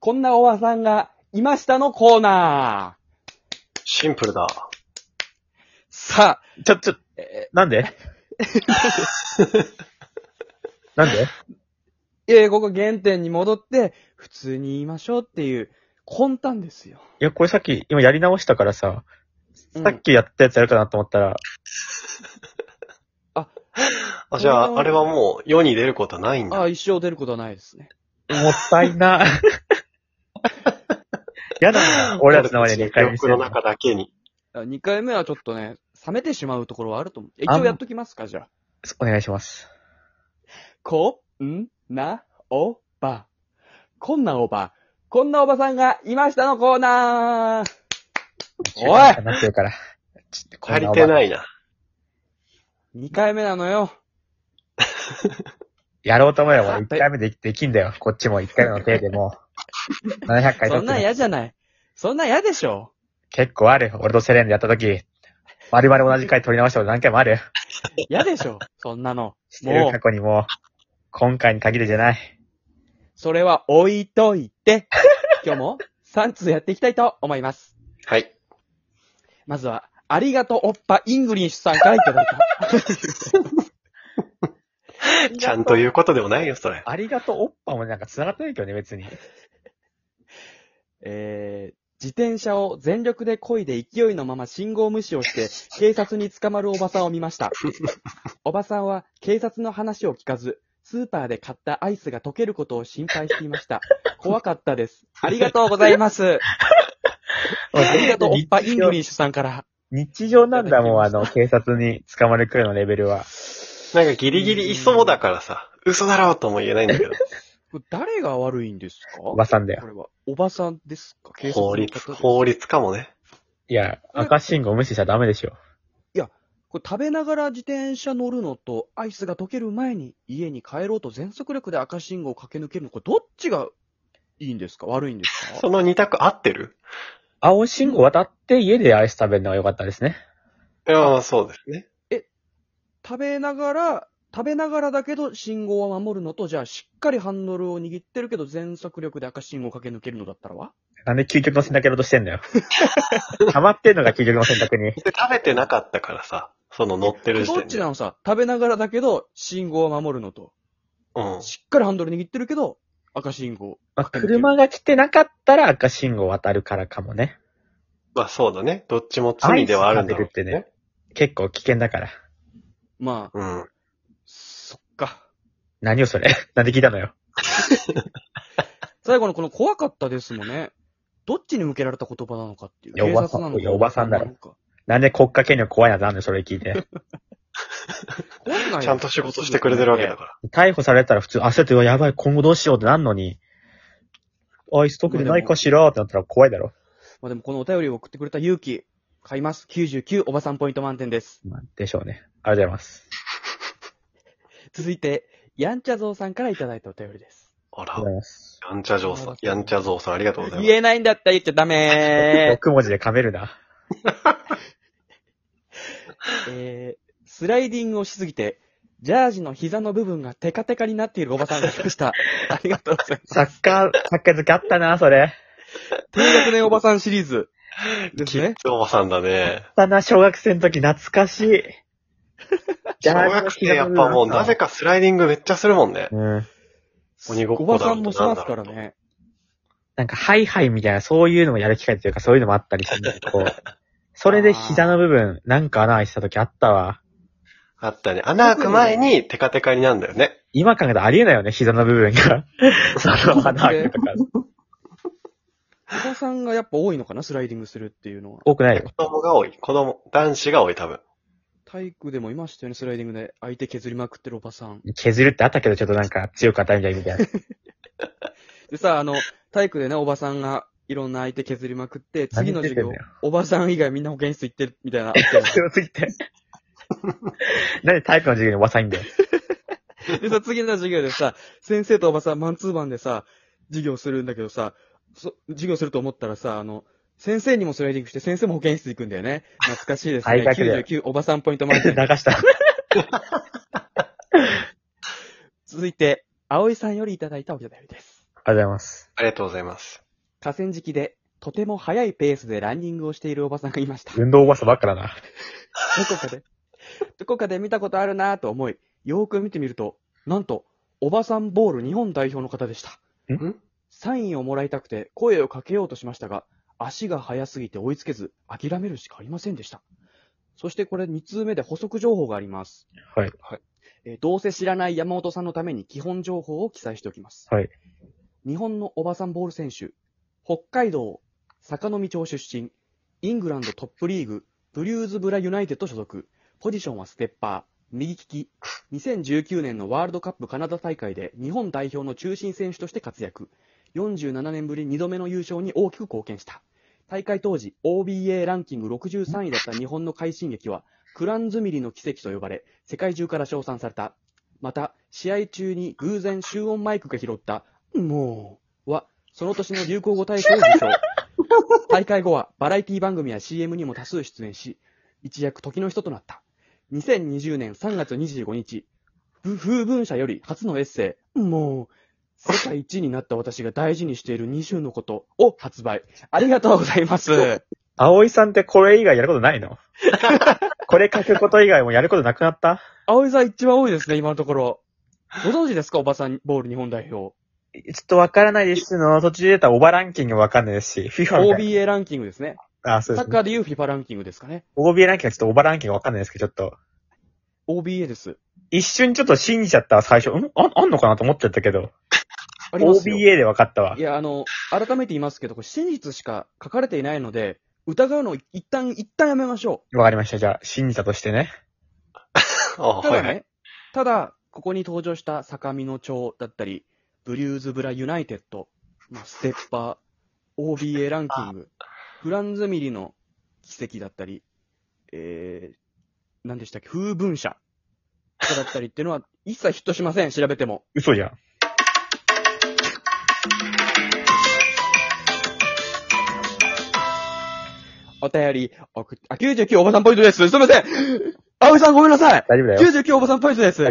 こんなおばさんがいましたのコーナー。シンプルだ。さあ、ちょ、ちょ、なんでなんでえー、ここ原点に戻って、普通に言いましょうっていう、魂胆ですよ。いや、これさっき、今やり直したからさ、うんさっきやったやつやるかなと思ったら、あ、じゃうあ、んあれはもう世に出ることはないんあだ。あ、一生出ることはないですね。もったいな。やだな、俺らの前で2回見記せ憶るのの。中だけに。 2回目はちょっとね、冷めてしまうところはあると思う。一あん応やっときますか、じゃあ。お願いします。こ、ん、な、お、ば。こんなおば、こんなおばさんがいましたのコーナー。おいなってるから。ちょっと足りてい。ないな。 !2 回目なのよ。やろうと思えば1回目できできんだよ。こっちも1回目の手でもう。700回そ撮っんてなんる。嫌じゃない。そんなん嫌でしょ。結構ある。俺とセレンでやった時、我々同じ回撮り直したこと何回もある。嫌でしょ。そんなの。してもるう過、去にも、今回に限りじゃない。それは置いといて、 今日も3通やっていきたいと思います。はい。まずは、ありがとうおっぱイングリッシュさんからいただい た。ちゃんと言うことでもないよ、それ。ありがとう、おっぱもなんか繋がってないけどね、別に。えー、自転車を全力で漕いで勢いのまま信号無視をして、警察に捕まるおばさんを見ま した。おばさんは警察の話を聞かず、スーパーで買ったアイスが溶けることを心配していま した。怖かったです。ありがとうございます。ありがとう、 おっぱイングリッシュさんから。日常なんだもん、あの、警察に捕まるくらいのレベルは。なんかギリギリいそうだからさ、嘘だろうとも言えないんだけど。これ誰が悪いんですかおばさんだこよ。れは、おばさんですか警察の法方律で、す法律かもね。いや、赤信号無視しちゃダメでしょ。これ食べながら自転車乗るのと、アイスが溶ける前に家に帰ろうと全速力で赤信号を駆け抜けるの、これどっちがいいんですか悪いんです かその二択合ってる青信号渡って家でアイス食べるのが良かったですね。いや、まあそうですね。食べながら、食べながらだけど信号は守るのと、じゃあしっかりハンドルを握ってるけど全速力で赤信号を駆け抜けるのだったらはなんで究極の選択やろうとしてん だよ。ハマってんのが究極の選択に。で食べてなかったからさ、その乗ってる時どっ点ちで。なのさ食べながらだけど信号は守るのと、うん。しっかりハンドル握ってるけど赤信号。まあ、 車が来てなかったら赤信号渡るからかもね。まあそうだね。どっちも罪ではあるんだろうけどアイス食。結構危険だから。まあ、うん。そっか。何よそれ。 なんで聞いたのよ。最後のこの怖かったですもね。どっちに向けられた言葉なのかっていう。いやおばさん警察なのかいやおばさんだろなのかなんで国家権力怖いなってなんでそれ聞いて。怖くないちゃんと仕事してくれてるわけだから。逮捕されたら普通焦って、うわやばい、今後どうしようってなんのに、アイス特にないかしらってなったら怖いだろ。まあでもこのお便りを送ってくれた勇気、買います。99おばさんポイント満点です。まあでしょうね。ありがとうございます。続いて、やんちゃぞうさんからいただいたお便りです。ああらりがとうご、ざいます。やんちゃぞうさん。やんちゃぞうさん、ありがとうございます。言えないんだったら言っちゃダメ6文字で噛めるな。ー。 えー、スライディングをしすぎて、ジャージの膝の部分がテカテカになっているおばさんがいま した。ありがとうございます。サッカー、サッカー好きあったな、それ。低学年おばさんシリーズですキねッ。ズおばさんだね。あったな、小学生の時懐かしい。小学生やっぱもうなぜかスライディングめっちゃするもんね。うん。鬼ごっおこばさだろんうもしとなまんすだかろらうと。ね。なんか、ハイハイみたいな、そういうのもやる機会というか、そういうのもあったりするんだけど、こうそれで膝の部分、なんか穴開いてた時あったわ。あったね。穴開く前にテカテカになるんだよね。今考えたらありえないよね、膝の部分 が。 その穴開くとか。おばさんがやっぱ多いのかなスライディングするっていうのは。多くないよ子。供が多い。子供、男子が多い多分。体育でもいましたよね、スライディングで。相手削りまくってるおばさん。削るってあったけど、ちょっとなんか強く当たりたいみたいな。でさ、あの、体育でね、おばさんがいろんな相手削りまくって、 次の授業何言ってんだ、おばさん以外みんな保健室行ってるみたいな。あったよ ね強すぎて。なんで体育の授業におばさんいんだよ。でさ、次の授業でさ、先生とおばさんマンツーマンでさ、授業するんだけどさ、そ授業すると思ったらさ、あの、先生にもスライディングして、先生も保健室行くんだよね。懐かしいですね。最悪だよ99おばさんポイント満流 点。した。続いて、葵さんよりいただいたお便りです。ありがとうございます。ありがとうございます。河川敷で、とても速いペースでランニングをしているおばさんがいました。ど運動おばさばっかだな。こかで、どこかで見たことあるなぁと思い、よーく見てみると、なんと、おばさんボール日本代表の方でした。んサインをもらいたくて声をかけようとしましたが、足が速すぎて追いつけず、諦めるしかありませんでした。そしてこれ2通目で補足情報があります。はい。えーどうせ知らない山本さんのために基本情報を記載しておきます。はい。日本のおばさんボール選手、北海道、坂の町出身、イングランドトップリーグ、ブリューズブラユナイテッド所属、ポジションはステッパー、右利き、2019年のワールドカップカナダ大会で日本代表の中心選手として活躍。47年ぶり2度目の優勝に大きく貢献した。大会当時、OBA ランキング63位だった日本の快進撃は、クランズミリの奇跡と呼ばれ、世界中から称賛された。また、試合中に偶然集音マイクが拾った、もう、は、その年の流行語大賞を受賞。大会後は、バラエティ番組や CM にも多数出演し、一躍時の人となった。2020年3月25日、ふ風文社より初のエッセイ、もう、世界一になった私が大事にしている20のことを発売。ありがとうござい ます。葵さんってこれ以外やることな いのこれ書くこと以外もやることなくなった葵さん一番多いですね、今のところ。ご存知ですか、おばさんボール日本代表。ちょっとわからないですの、途中で出たオバランキングもわかんないですし、FIFA みたい OBA ランキングですね。な。あ、サそうでッす、ね。カーでいう FIFA ランキングですかね。 OBA ランキングはちょっとオバランキングわかんないですけど、ちょっと。 OBA です。一瞬ちょっと信じちゃったわ、最初。んあ、あんのかなと思っちゃったけど。ありますよ。 OBA でわかったわい。や、あの、改めて言いますけど、これ真実しか書かれていないので、疑うのを一旦、一旦やめましょわかりました。じゃあ、信じたとしてね。う。あーたはだいはい。ね、ただ、ここに登場した坂見の町だったり、ブリューズブラユナイテッド、まあステッパー、OBA ランキング、フランズミリの奇跡だったり、えー、何でしたっけ、風文社とかだったりっていうの は、一切ヒットしません、調べても。嘘じゃん。お便り、送っあ、99おばさんポイントです。すいません。葵さんごめんなさい。大丈夫だよ。 99おばさんポイントです。